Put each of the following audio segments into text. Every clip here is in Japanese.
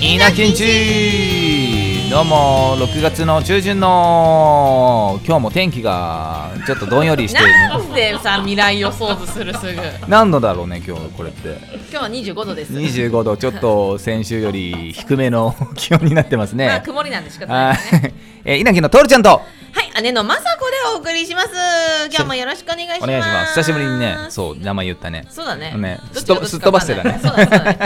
稲なきんちどうも6月の中旬の今日も天気がちょっとどんよりしているなんでさ未来予想図するすぐ今何度だろうね今日これって日は25度です、 25度ちょっと先週より低め の気温になってますまあね曇りなんで仕方ないはですねい え稲城のトールちゃんとはい姉のまさこでお送りします今日もよろしくお願いしますお願いします久しぶりにねそう名前言ったねそうだねねどっちがどっちか分かんないすっそうだねそうだね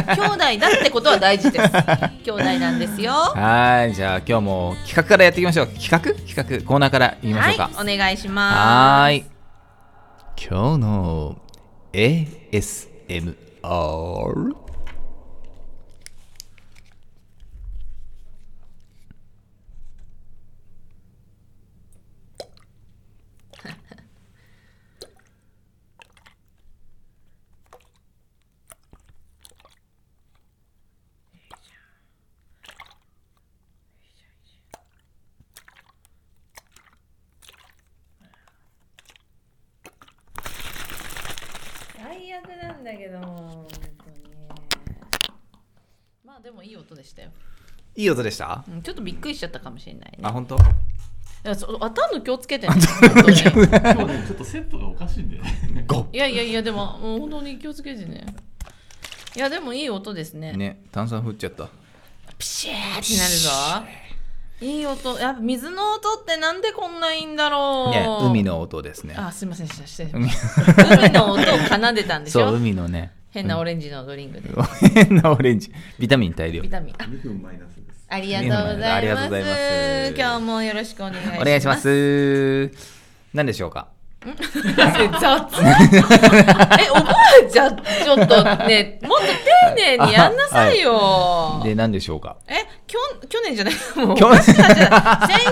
兄弟だってことは大事です 兄弟なんですよははいじゃあ今日も企画からやっていきましょう企画企画コーナーから言いましょういか、お願いしまはーい。今日の ASMR。す最悪なんだけど本当にまあでもいい音でしたよ、いい音でしたうん、ちょっとびっくりしちゃったかもしれないねあ、本当いやそう頭の気をつけてね本当に今日ねちょっとセットがおかしいんだよねいやいやいやでももう本当に気をつけてねいやでもいい音ですねね、炭酸降っちゃった。ピシャーってなるぞいい音やっぱ水の音ってなんでこんないいんだろう、ね、海の音ですね。あすいませんでした失礼し海ました海の音を奏でたんでしそう、ょ海のね。 変なオレンジのドリンクでうん変なオレンジ。ビタミン大量ビ。タミンあ2分マイナスですありがとうござありいがまとうござすいます今日もよろしくお願いしますお願いします。何でしょうか雑えおばあちゃんちょっとねもっと丁寧にやんなさいよ、で、何でしょうかえ、きょん去年じゃないもう去年私たちは先週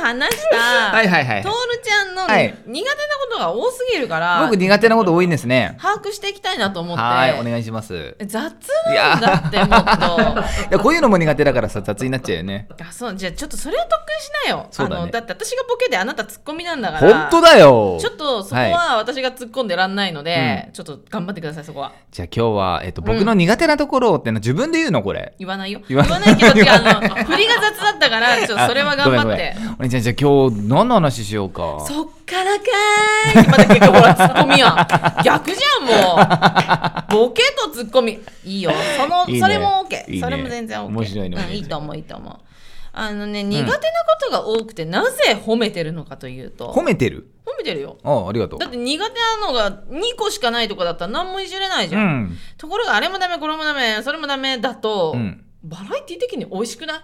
話したはいはいはいトールちゃんの、はい苦手なことが多すぎるから僕苦手なこと多いんですね。把握していきたいなと思ってはい、お願いします。雑なんだってもっ いや、こういうのも苦手だからさ、雑になっちゃうよね。とあそうじゃあちょっとそれは得意しなよそうだねあのだって私がボケであなたツッコミなんだから本当だよちょっとそこは私が突っ込んでらんないので、はちょっと頑張ってくださいそこはじゃあ今日は、えっと、僕の苦手なところってのは自分で言うのこれ。言わないよ 言言わわなないけど違うあの振りが雑だったからちょっとそれは頑張っあてごめんごめんお兄ちゃん、じゃあ今日何の話しようか。そっからかーいってまた結局ほらツッコミ やん逆じゃんもうボケとツッコミいいよそのいいねそれも OK いいねそれも全然 OK 面白いねうんいいと思ういいと思うあのね苦手なことが多くて、なぜ褒めてるのかというと褒めてる褒めてるよああ、ありがとうだっ。て苦手なのが2個しかないとかだったら何もいじれないじうゃん、ん。ところがあれもダメこれもダメそれもダメだと、うんバラエティ的に美味しくない、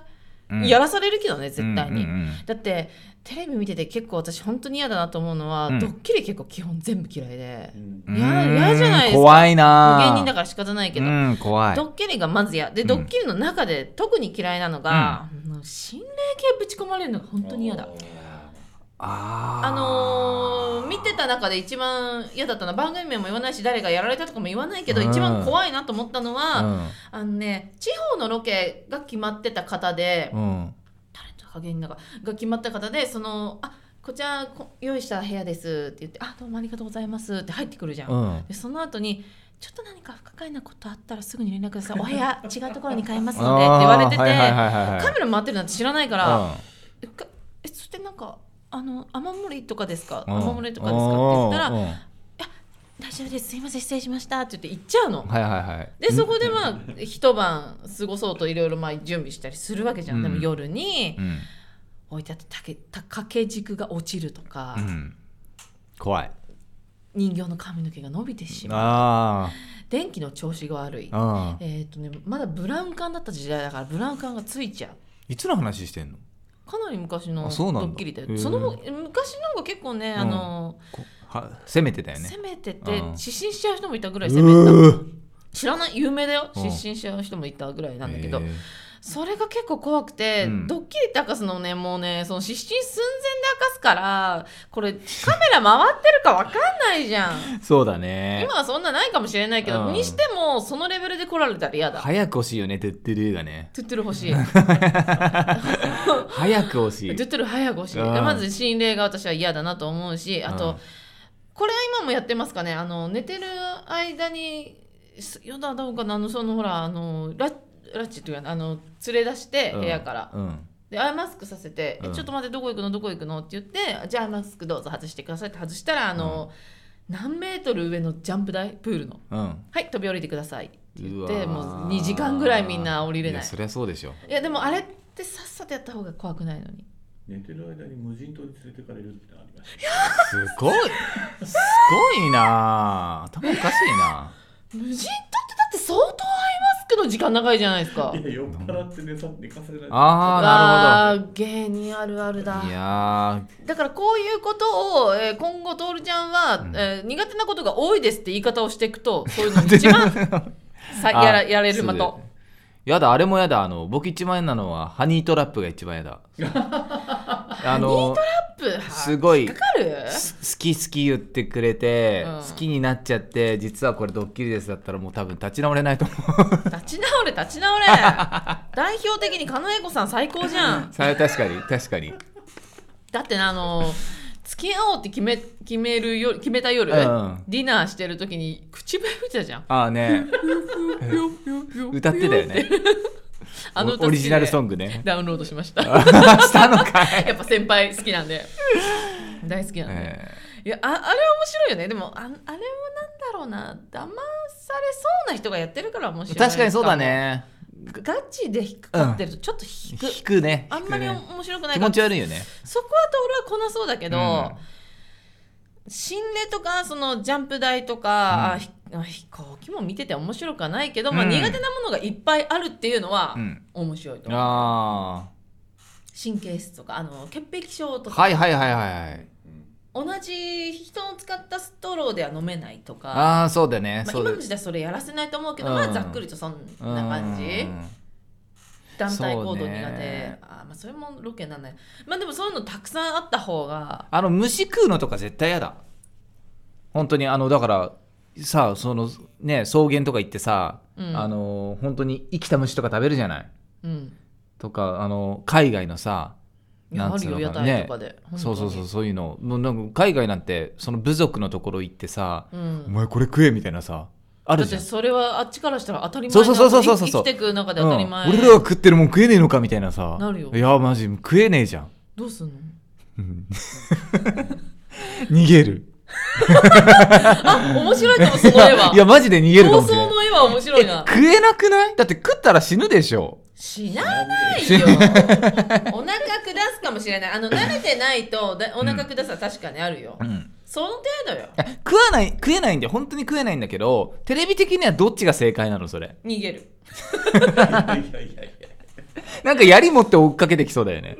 うんやらされるけどね絶対に、うんうんうんだってテレビ見てて結構私本当に嫌だなと思うのは、うんドッキリ結構基本全部嫌いでうんいや嫌じゃないですかうん怖いな芸人だかから仕方ないけど、うん、怖い。ドッキリがまず嫌で、んドッキリの中で特に嫌いなのが、あの心霊系ぶち込まれるのが本当に嫌だあーあのー見てた中で一番嫌だったのは番組名も言わないし誰がやられたとかも言わないけど、うん一番怖いなと思ったのは、うんあのね地方のロケが決まってた方で、うん。タレント加減だがが決まった方でその「あこちらこ用意した部屋です」って言って「あどうもありがとうございます」って入ってくるじゃん。うん。でその後にちょっと何か不可解なことあったらすぐに連絡ください。お部屋違うところに変えますのでって言われてて、あーはいはいはいはいはい。カメラ回ってるなんて知らないから、うんえかえそしてなんかあの雨漏りとかですかうん雨漏りとかですかって言ったうんうらん大丈夫ですすいません失礼しましたって言って行っちゃうの。はいはいはい。でそこでまあ一晩過ごそうといろいろまあ準備したりするわけじゃん、でもうん夜にうん。置いてあった竹た掛け軸が落ちるとか、うん。怖い。人形の髪の毛が伸びてしまうあ電気の調子が悪いあ。うん。えっ、とねまだブラウン管だった時代だからブラウン管がついちゃういつの話してんのかなり昔のあドそうなんだッキリだよへえその昔の方が結構ね、あのこはせめてだよね。攻めてて、うん失神しちゃう人もいたぐらいう攻めてたー知らない有名だよう失ん神しちゃう人もいたぐらいなんだけど、へーそれが結構怖くて、うんドッキリって明かすのねもうねその失神寸前で明かすからこれカメラ回ってるかわかんないじゃんそうだね。今はそんなないかもしれないけど、うんにしてもそのレベルで来られたら嫌だ早く欲しいよね、トゥットゥルーがね。トゥットゥル欲しい早く欲しいトゥ。ットゥル早く欲しいうんまず心霊が私は嫌だなと思うしあうと、んこれは今もやってますかねあの寝てる間にすやだどうかなあのそのほらあのララチというかあの連れ出して部屋から、うんでアイマスクさせて「えうんちょっと待ってどこ行くのどこ行くの?」って言って「じゃあアイマスクどうぞ外してください」って外したらあの、何メートル上のジャンプ台プールのうん「はい飛び降りてください」って言ってうわもーう2時間ぐらいみんな降りれないやそりゃそうでしょいやでもあれってさっさとやった方が怖くないのに寝てる間に無人島に連れてかれるってのありましたすごいすごいな頭おかしいな無人島ってだって相当アイマスクの時間長いじゃないですかいや酔っ払って寝さ寝かせられてあああー芸人あるあるだなるほどいやだからこういうことを、えー今後徹ちゃんは、うんえー苦手なことが多いですって言い方をしていくとそういうのに 一番さやらあやれるす的ぐーやだあれもやだあの僕一番嫌なのはハニートラップが一番や だあのプすごい引っかかるす好き好き言ってくれて、うん好きになっちゃって実はこれドッキリですだったらもう多分立ち直れないと思う 立ち直れ立ち直れ代表的に狩野英孝さん最高じゃんさあ確かに確かにだってなあの付き合おうって決め決めるよ決めた夜、うんディナーしてる時に口笛吹いてたじゃんああね歌ってたよ ねあの歌好きでオリジナルソングねダウンロードしました したのかい、 やっぱ先輩好きなんで大好きなんで、えいやああれ面白いよねでもああれもなんだろうな騙されそうな人がやってるから面白ーい確かにそうだねガチで引っかかってるとちょっと引く、引くねあんまり引くね面白くない気から持ち悪いよねそこはと俺はこなそうだけど、うん心霊とかそのジャンプ台とか、あひあ飛行機も見てて面白くはないけど、まあ、うん苦手なものがいっぱいあるっていうのはうん面白いと思う、あ神経質とかあの潔癖症とあか、はいはいはいはいはい同じ人の使ったストローでは飲めないとかああーそうだね、まあ、そうだ今の時代それやらせないと思うけど、うんまあざっくりとそんな感じ団体行動苦そう手、ねあーまあそれもロケなんだよまあでもそういうのたくさんあった方があの虫食うのとか絶対嫌だ本当にあのだからさそのね草原とか行ってさ、うんあの本当に生きた虫とか食べるじゃないうんとかあの海外のさいやなあんつるうのよか屋な台とかで、本当にそうそうそうそういうのもうなんか海外なんてその部族のところ行ってさ、うんお前これ食えみたいなさあだるっじゃてんそれはあっちからしたら当たり前そうそうそうそうそうそう生きてく中で当たり前、うん俺らは食ってるもん食えねえのかみたいなさなるよいやマジ食えねえじゃんどうすんの逃げるあ面白いかもその 絵はいやマジで逃げるか放もしれな送いの絵は面白いなえ食えなくないだって食ったら死ぬでしょしなない よお腹下すかもしれないあの慣れてないとだお腹下すは確かにあるよ、んその程度よいや食わない食えないんで本当に食えないんだけどテレビ的にはどっちが正解なのそれ逃げるいやいやいやいやなんか槍持って追っかけてきそうだよね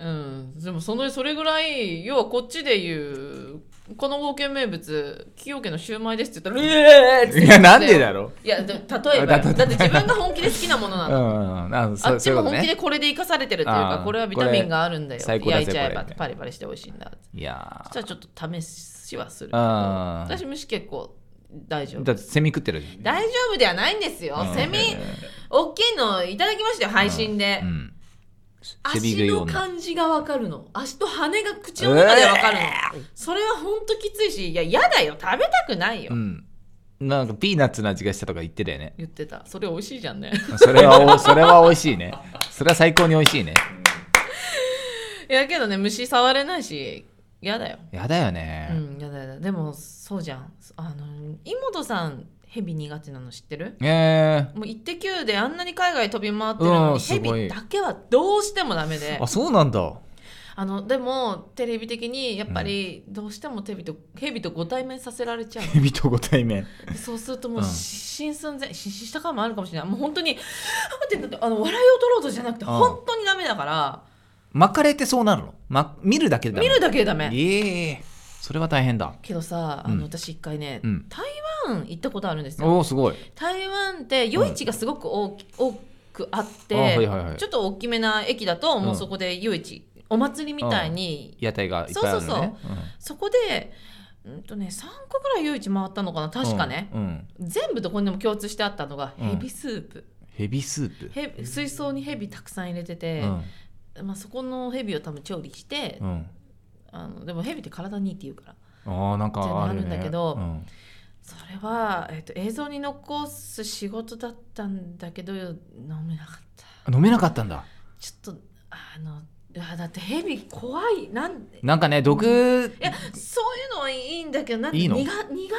うん、でもそのそれぐらい要はこっちで言うこの冒険名物崎陽家のシューマイですって言ったら「うえ ー!」って言っ ていやなんでだろいやでも例えだばだってって自分が本気で好きなものうなうの、んうんああそっちそういうもこと本気ねでこれで生かされてるっていうかあーこれはビタミンがあるんだよこれ最高だぜ焼いちゃえばこれパリパリして美味しいんだいやそしたらちょっと試しはするけどあー私虫結構大丈ー夫だってセミ食ってるじゃん大丈夫ではないんですよ、うんセミ大きいのいただきましたよ配信で、うん足の感じがわかるの足と羽が口の中でわかるの、それはほんときついしいや嫌だよ食べたくないよ、うんなんかピーナッツの味がしたとか言ってたよね言ってたそれ美味しいじゃんね それはおそれは美味しいねそれは最高に美味しいねいやけどね虫触れないし嫌だよやだようね、んやだやだでもそうじゃんあの妹さんヘビ苦手なの知ってるえもう「イッテ Q!」であんなに海外飛び回ってるのうんにすヘごいビだけはどうしてもダメでー、あそうなんだあのでもテレビ的にやっぱりどうしてもヘビとヘビとご対面させられちゃうの 蛇とご対面そうするともううん失神寸前失神した感もあるかもしれないもう本当に待ってだってあの笑いを取ろうとじゃなくてうん本当にダメだから巻かれてそうなるの、ま、見るだけだ見るだけでダメええそれは大変だけどさあうんの私一回ね、うん台湾行ったことあるんですよおおすごい台湾って夜市がすごく大き、多くあってあはいはいはいちょっと大きめな駅だともううんそこで夜市、お祭りみたいに、屋台がいっぱいあるのねそうそこでうんとね3個ぐらい夜市回ったのかなうん確かね、うんうん全部どこにでも共通してあったのがうんヘビスープ、ヘビスープ、ヘビ水槽にヘビたくさん入れてて、うんまあ、そこのヘビを多分調理して、うんあのでもヘビって体にいいって言うからああなんかある,、ね、ってなるんだけどうんそれは、えっと映像に残す仕事だったんだけど飲めなかった飲めなかったんだちょっとあのあだってヘビ怖いなんなんかね毒いやそういうのはいいんだけどなんかいいの苦苦苦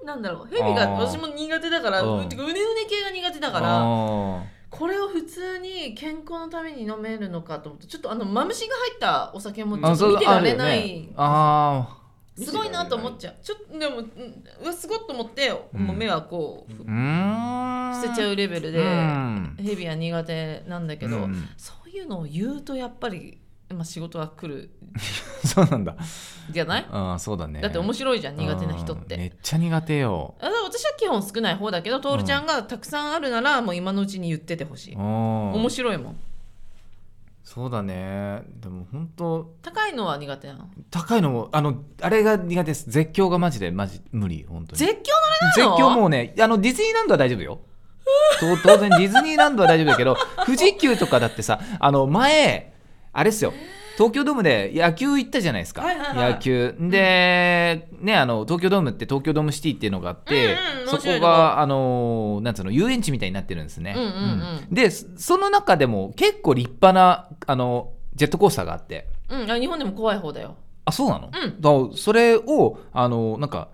手なんだろうヘビがあー私も苦手だからうんうんてかうねうね系が苦手だからあこれを普通に健康のために飲めるのかと思ってちょっとあのマムシが入ったお酒もちょっと見てられない、ーあすごいなと思っちゃうちょっとでもうんうわすごっと思ってうんもう目はこうふーうーん伏せちゃうレベルでうんヘビは苦手なんだけど、うん そういうのを言うとやっぱり、まあ、仕事は来るそうなんだじゃないあそうだねだって面白いじゃん苦手な人っうてん。めっちゃ苦手よあ私は基本少ない方だけど徹ちゃんがたくさんあるならもう今のうちに言っててほしい、面面白いもんそうだねでも本当高いのは苦手なの高いのもあのあれが苦手です絶叫がマジでマジ無理本当に絶叫絶のれなの叫もうねあのディズニーランドは大丈夫よと当然ディズニーランドは大丈夫だ けど富士急とかだってさあの前あれっすよ東京ドームで野球行ったじゃないですか、はいはいはい野球で、ねあの東京ドームって東京ドームシティっていうのがあって、うんうんそ面白いことこがあのなんつうの遊園地みたいになってるんですね、うんうんうんでそその中でも結構立派なあのジェットコースターがあってうんあ日本でも怖い方だよあそうなの、うんだからそれをあのなんか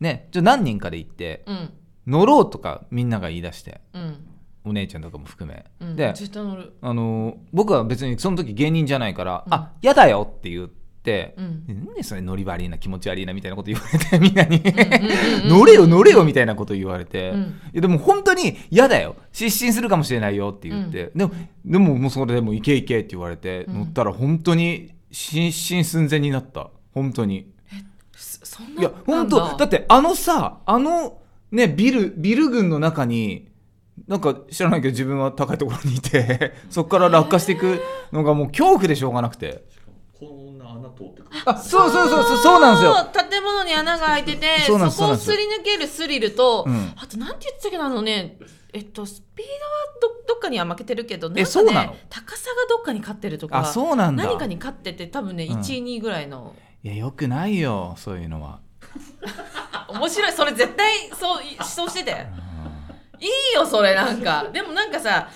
ねちょ何人かで行って、うん乗ろうとかみんなが言い出してうんお姉ちゃんとかも含め、うんで、絶対乗るあのー僕は別にその時芸人じゃないから「うんあやだよ」って言って「 うんでなんでそれ乗り悪いな気持ち悪いな」みたいなこと言われてみんなにうんうん「 乗れよ乗れよ」みたいなこと言われて、うんいやでも本当に「嫌だよ失神するかもしれないよ」って言って、でもでももうそれでも「いけいけ」って言われて、うん乗ったら本当に失神寸前になった本当に。そそんないや本当だっってあのさあのねビルビル群の中になんか知らないけど自分は高いところにいて そこから落下していくのがもう恐怖でしょうがなくてしかもこんな穴通ってくるあそうそうそうそうそうなんですよすよ建物に穴が開いててそうそなんですこそうなんをですすり抜けるスリルと、うんあとなんて言ってたっけどあのねえっとスピードはどどっかには負けてるけどなんか、えね、そうなの高さがどっかに勝ってるとかあそうなんだ何かに勝ってて多分ねうん1位、2位ぐらいのいやよくないよそういうのはあ面白いそれ絶対そういそうし てていいよそれなんかでもなんかさ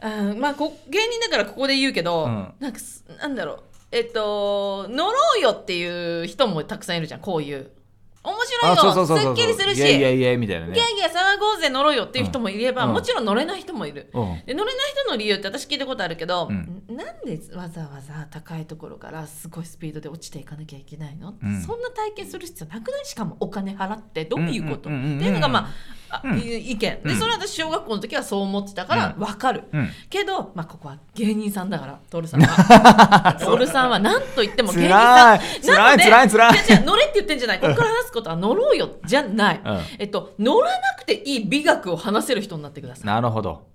あまあこ芸人だからここで言うけど、うんなんかすなんだろうえっと乗ろうよっていう人もたくさんいるじゃんこういう面白あいよそうそうそうそうすっきりするしいやいやいやみたいなギャーねギャー騒ごうぜ乗ろうよっていう人もいれば、うんもちろん乗れない人もいるうんで乗れない人の理由って私聞いたことあるけど、うんなんでわざわざ高いところからすごいスピードで落ちていかなきゃいけないの、うんそんな体験する必要なくないしかもお金払ってどういうこと、うんうんうんうんっていうのがまああ、うんい意見でうんそれは私小学校の時はそう思ってたからわかる、うんけど、まあ、ここは芸人さんだから徹さんは 徹さんは何と言ってもつ芸人さらんいつらいつらいつらいじゃ乗れって言ってんじゃないここ から話すことは乗ろうよじゃない、うんえっと乗らなくていい美学を話せる人になってくださいなるほど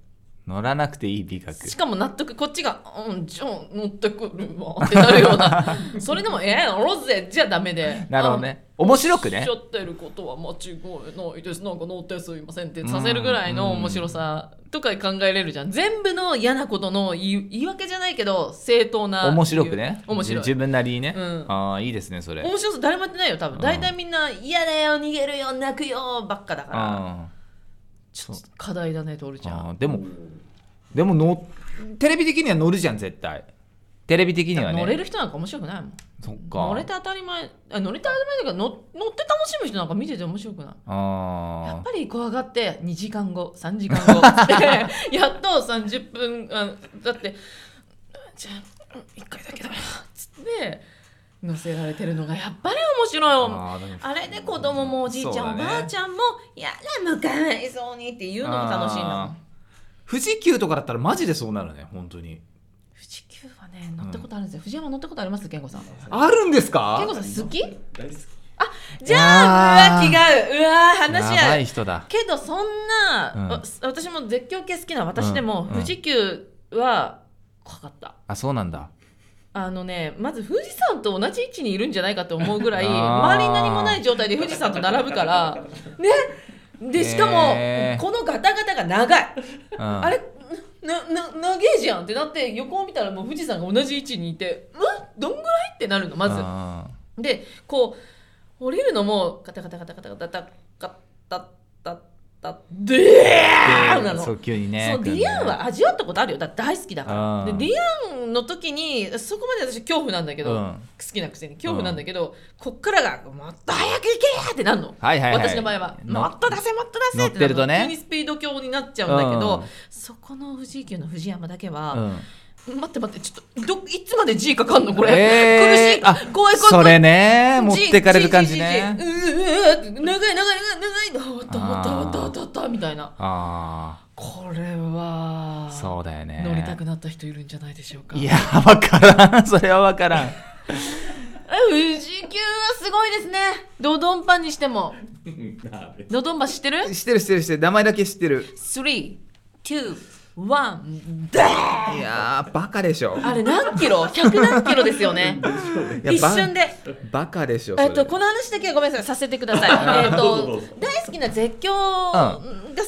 乗らなくていい美学しかも納得こっちが「うんじゃあ乗ってくるわ」ってなるようなそれでも「えー、乗ろうぜ」じゃダメで なるほどね面白くねおっしゃってることは間違いないですなんか乗ってすいませんってさせるぐらいの面白さとか考えれるじゃん全部の嫌なことの言い言い訳じゃないけど正当な面白くね面白い自分なりにね、うんああいいですねそれ面白さ誰もやってないよ多分大体みんな「嫌だよ逃げるよ泣くよ」ばっかだからあちょっと課題だね徹ちゃんあーでもでものテレビ的には乗るじゃん絶対テレビ的にはね乗れる人なんか面白くないもんそっか乗れて当たり前あ乗れて当たり前だけど乗乗って楽しむ人なんか見てて面白くないやあっぱり怖がって2時間後3時間 後ってやっと30分あだってじゃあ1回だけだなつって乗せられてるのがやっぱり面白いもんあーでもあれで子供もおじいちゃん、そうおだねばあちゃんも「やだ向かないそうに」って言うのが楽しいんだもあーん富士急とかだったらマジでそうなるね本当に富士急はね乗ったことあるんですよ、藤山乗ったことあります健吾さんあるんですか健吾さん好き大好き じゃああーうわ違ううわ話や合ばうい人だけどそんうんな、わ私も絶叫系好きな私でも、うん富士急は怖かったあそうなんだあのねまず富士山と同じ位置にいるんじゃないかと思うぐらいあー周りに何もない状態で富士山と並ぶからねでしかも、へーこのガタガタが長い、うん あれなな長えじゃんってなって横を見たらもう富士山が同じ位置にいてうんどんぐらいってなるのまずあでこう降りるのもガタガタガタガタガタガタッタッタッでーなのそう急にねそう来るんディだよアンは味わったことあるよだって大好きだからうんでディアンの時にそこまで私恐怖なんだけど、うん好きなくせに恐怖なんだけど、こっからが「もっと早く行け!」ってなるの、はいはいはい私の場合は「のもっと出せもっと出乗せ!」ってってるとね急にスピード強になっちゃうんだけど、うんそこの富士急の藤山だけうは、ん待って待ってちょっとどいつまで G かかんのこれ、えー苦しい怖い怖い怖いそれね持っ G てかれる感じ G ね G G うううう長い長い長い長いあ終わった終わった終わった終わった終わったみたいなあこれはあそうだよね乗りたくなった人いるんじゃないでしょうかいやわからんそれはわからんあ富士急はすごいですねドドンパにしてもなべドドンパ知ってる知ってる知ってる知ってる名前だけ知ってる321ダーンいやーバカでしょあれ何キロ100何キロですよねいや一瞬でバカでしょそえれっと、この話だけはごめんなさいさせてくださ い。えっどうぞどとうぞ大好きな絶叫が好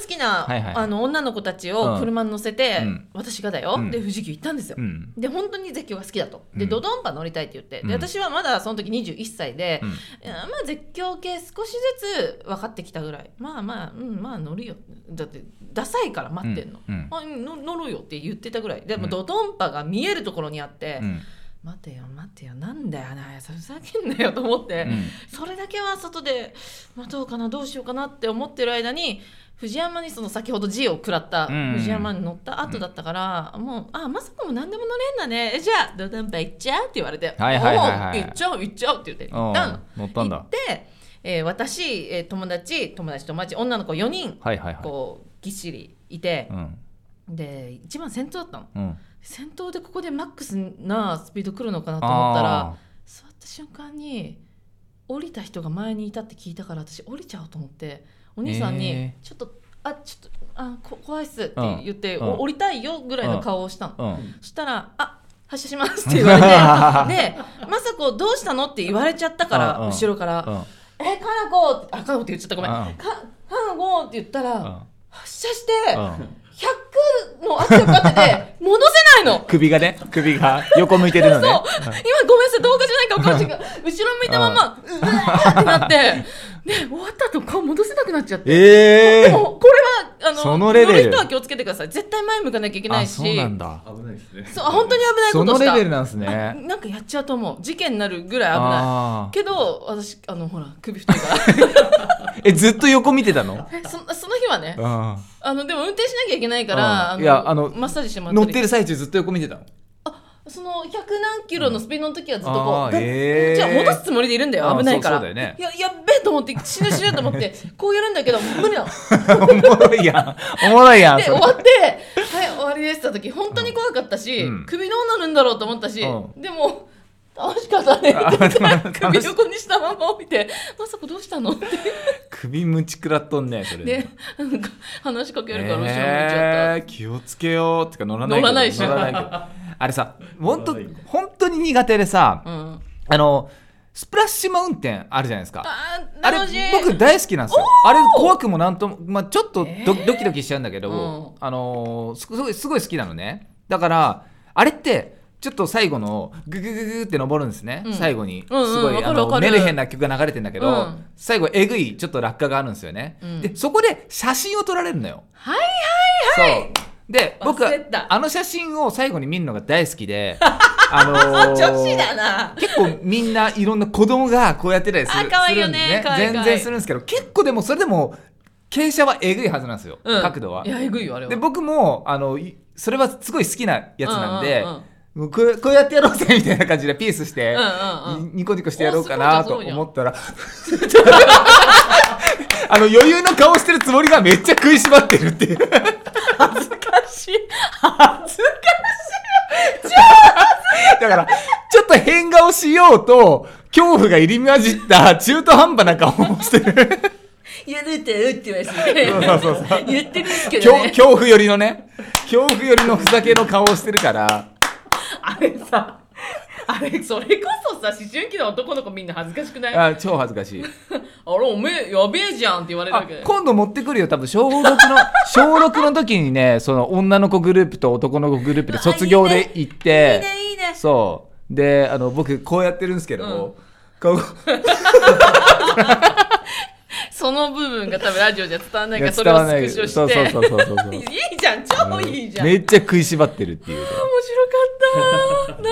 きな、はいはいあの女の子たちを車に乗せて、うん私がだよ、うんで富士急行ったんですよ。うんで本当に絶叫が好きだと。うでんドドンパ乗りたいって言って、うんで私はまだその時21歳で、うんえーまあ絶叫系少しずつ分かってきたぐらいまあまあ、うん、まあ乗るよだってダサいから待ってんの。うんうんあうんの乗るよって言ってたぐらいでも、うんドドンパが見えるところにあって、うん待てよ待てよなんだよなふざけんなよと思って、うんそれだけは外で、まあ、どうかなどうしようかなって思ってる間に藤山にその先ほど G を食らったうん藤山に乗った後だったから、もう「あまさかも何でも乗れんだねえじゃあドドンパ行っちゃう」って言われて「はいはいはいはいおう行っちゃう行っちゃう」って言って行おっうたの。乗ったん行だって、えー私、えー友達友達友達女の子4人はいはいはいこうぎっしりいてう、んで一番先頭だったの。うん先頭でここでマックスなスピード来るのかなと思ったらあ座った瞬間に降りた人が前にいたって聞いたから私降りちゃおうと思ってお兄さんに、えちょっとあちょっとあこ怖いっすってうん言って、うんお降りたいよぐらいの顔をしたの、ーうんそしたら「あ発車します」って言わ れてで「まさこどうしたの?」って言われちゃったから、うんうん後ろからうん「えかなこ」ってあかなこって言っちゃったごめん「うんかかなこ」って言ったら、う発車して、んうん100の圧力当てて戻せないの首がね首が横向いてるのね そう今ごめんなさい動画じゃないか分かんないけど後ろ向いたままうわーってなってね終わった後顔戻せなくなっちゃって、えでえもこれはあのそのレベル乗る人は気をつけてください絶対前向かなきゃいけなあいしそうなんだ危ないですねそう本当に危ないそことのしたレベルなんですあねなんかやっちゃうと思う事件になるぐらい危ないあけど私あのほら首太いから ーえずっと横見てたのえそその日はねうんあのでも運転しなきゃいけないかうんら、いやあのマッサージしてもらった乗りってる最中ずっと横見てたのその100何キロのスピードの時はずっとこう、うんあーガッへーじゃあ戻すつもりでいるんだあよー危ないからそうそうだよねいややっべえと思って死ぬ死ぬと思って こうやるんだけど無理なのおもろいやん。おもろいやん。でそ終れわって「はい終わりです」って時本当に怖かったし、うん首どうなるんだろうと思ったし、うでも楽しかったねって言ってあ首横にしたまま見て「まさこどうしたの?」って首むちくらっとんね、それ。ねなんか話しかけるから後ろ向いちゃった、えー、気をつけようってか乗らないけど乗らないし乗らないけどあれさ本当乗らない本当に苦手でさうん、あのスプラッシュマウンテンあるじゃないですかあーあれ楽しい僕大好きなんですよあれ怖くもなんとも、まあ、ちょっとド,、えードキドキしちゃうんだけど、あのーすごいすごい好きなのねだからあれってちょっと最後のグググググって登るんですね、うん最後にすうんうんごい、わかあるわのかるメルヘンな曲が流れてんだけど、うん最後えぐいちょっと落下があるんですよね、うんでそこで写真を撮られるのよはいそうで僕は忘れてたあの写真を最後に見るのが大好き であのー女子だな結構みんないろんな子供がこうやってたりするあ可愛いよねするんで可愛い可愛全い然するんですけど結構でもそれでも傾斜はえぐいはずなんですよ、うん。角度はいやえぐいよあれはで僕もあのいそれはすごい好きなやつなんで、うんうんうんもうこうこうやってやろうぜみたいな感じでピースして、うんうんうんにニコニコしてやろうかなおすとごいじゃん思ったら あの余裕の顔してるつもりがめっちゃ食いしばってるっていう。恥ずかしい恥ずかだから、ちょっと変顔しようと、恐怖が入り混じった中途半端な顔をしてる。しいやるってるって言われてそうそうそう言ってるんですけど恐ね恐怖寄りのね、恐怖寄りのふざけの顔をしてるから、あれさあれそれこそさ思春期の男の子みんな恥ずかしくないああ超恥ずかしい。れおめえやべえじゃんって言われるわあけ今度持ってくるよ、多分小6の、 小6の時にね、その女の子グループと男の子グループで卒業で行って、いいねいいねそう。で、あの、僕こうやってるんですけども、顔がそその部分が多分ラジオじゃ伝わらないからそれ伝わらをないスクショしてそうそうそうそうそういいじゃん超 いいじゃん、めっちゃ食いしばってるっていうね面白か った何そ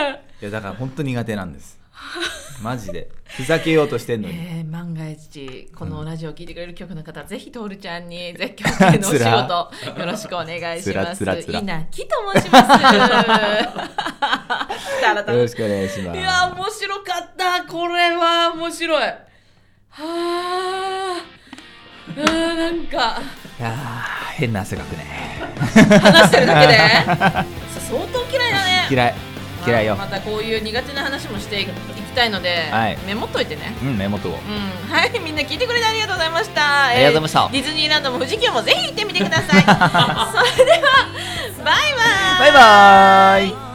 れいやだから本当苦手なん ですマジでふざけようとしてんのにえー、万が一このラジオを聞いてくれる局の方、ぜひトールちゃんに絶叫系のお仕つら事よろしくお願いしつらますつらつら稲木と申しますたらたよらろしくお願いしま いすや面白かったこれは面白いはあうーなんかいやー変な汗かくね話してるだけでさ相当嫌いだね嫌い嫌いよまあまたこういう苦手な話もしていきたいので、はいメモっといてねうんメモとうん、はい、みんな聞いてくれてありがとうございました。ありがとうございましたディズニーランドも富 士急もぜひ行ってみてください。それでは、バイバイ。バイバーイ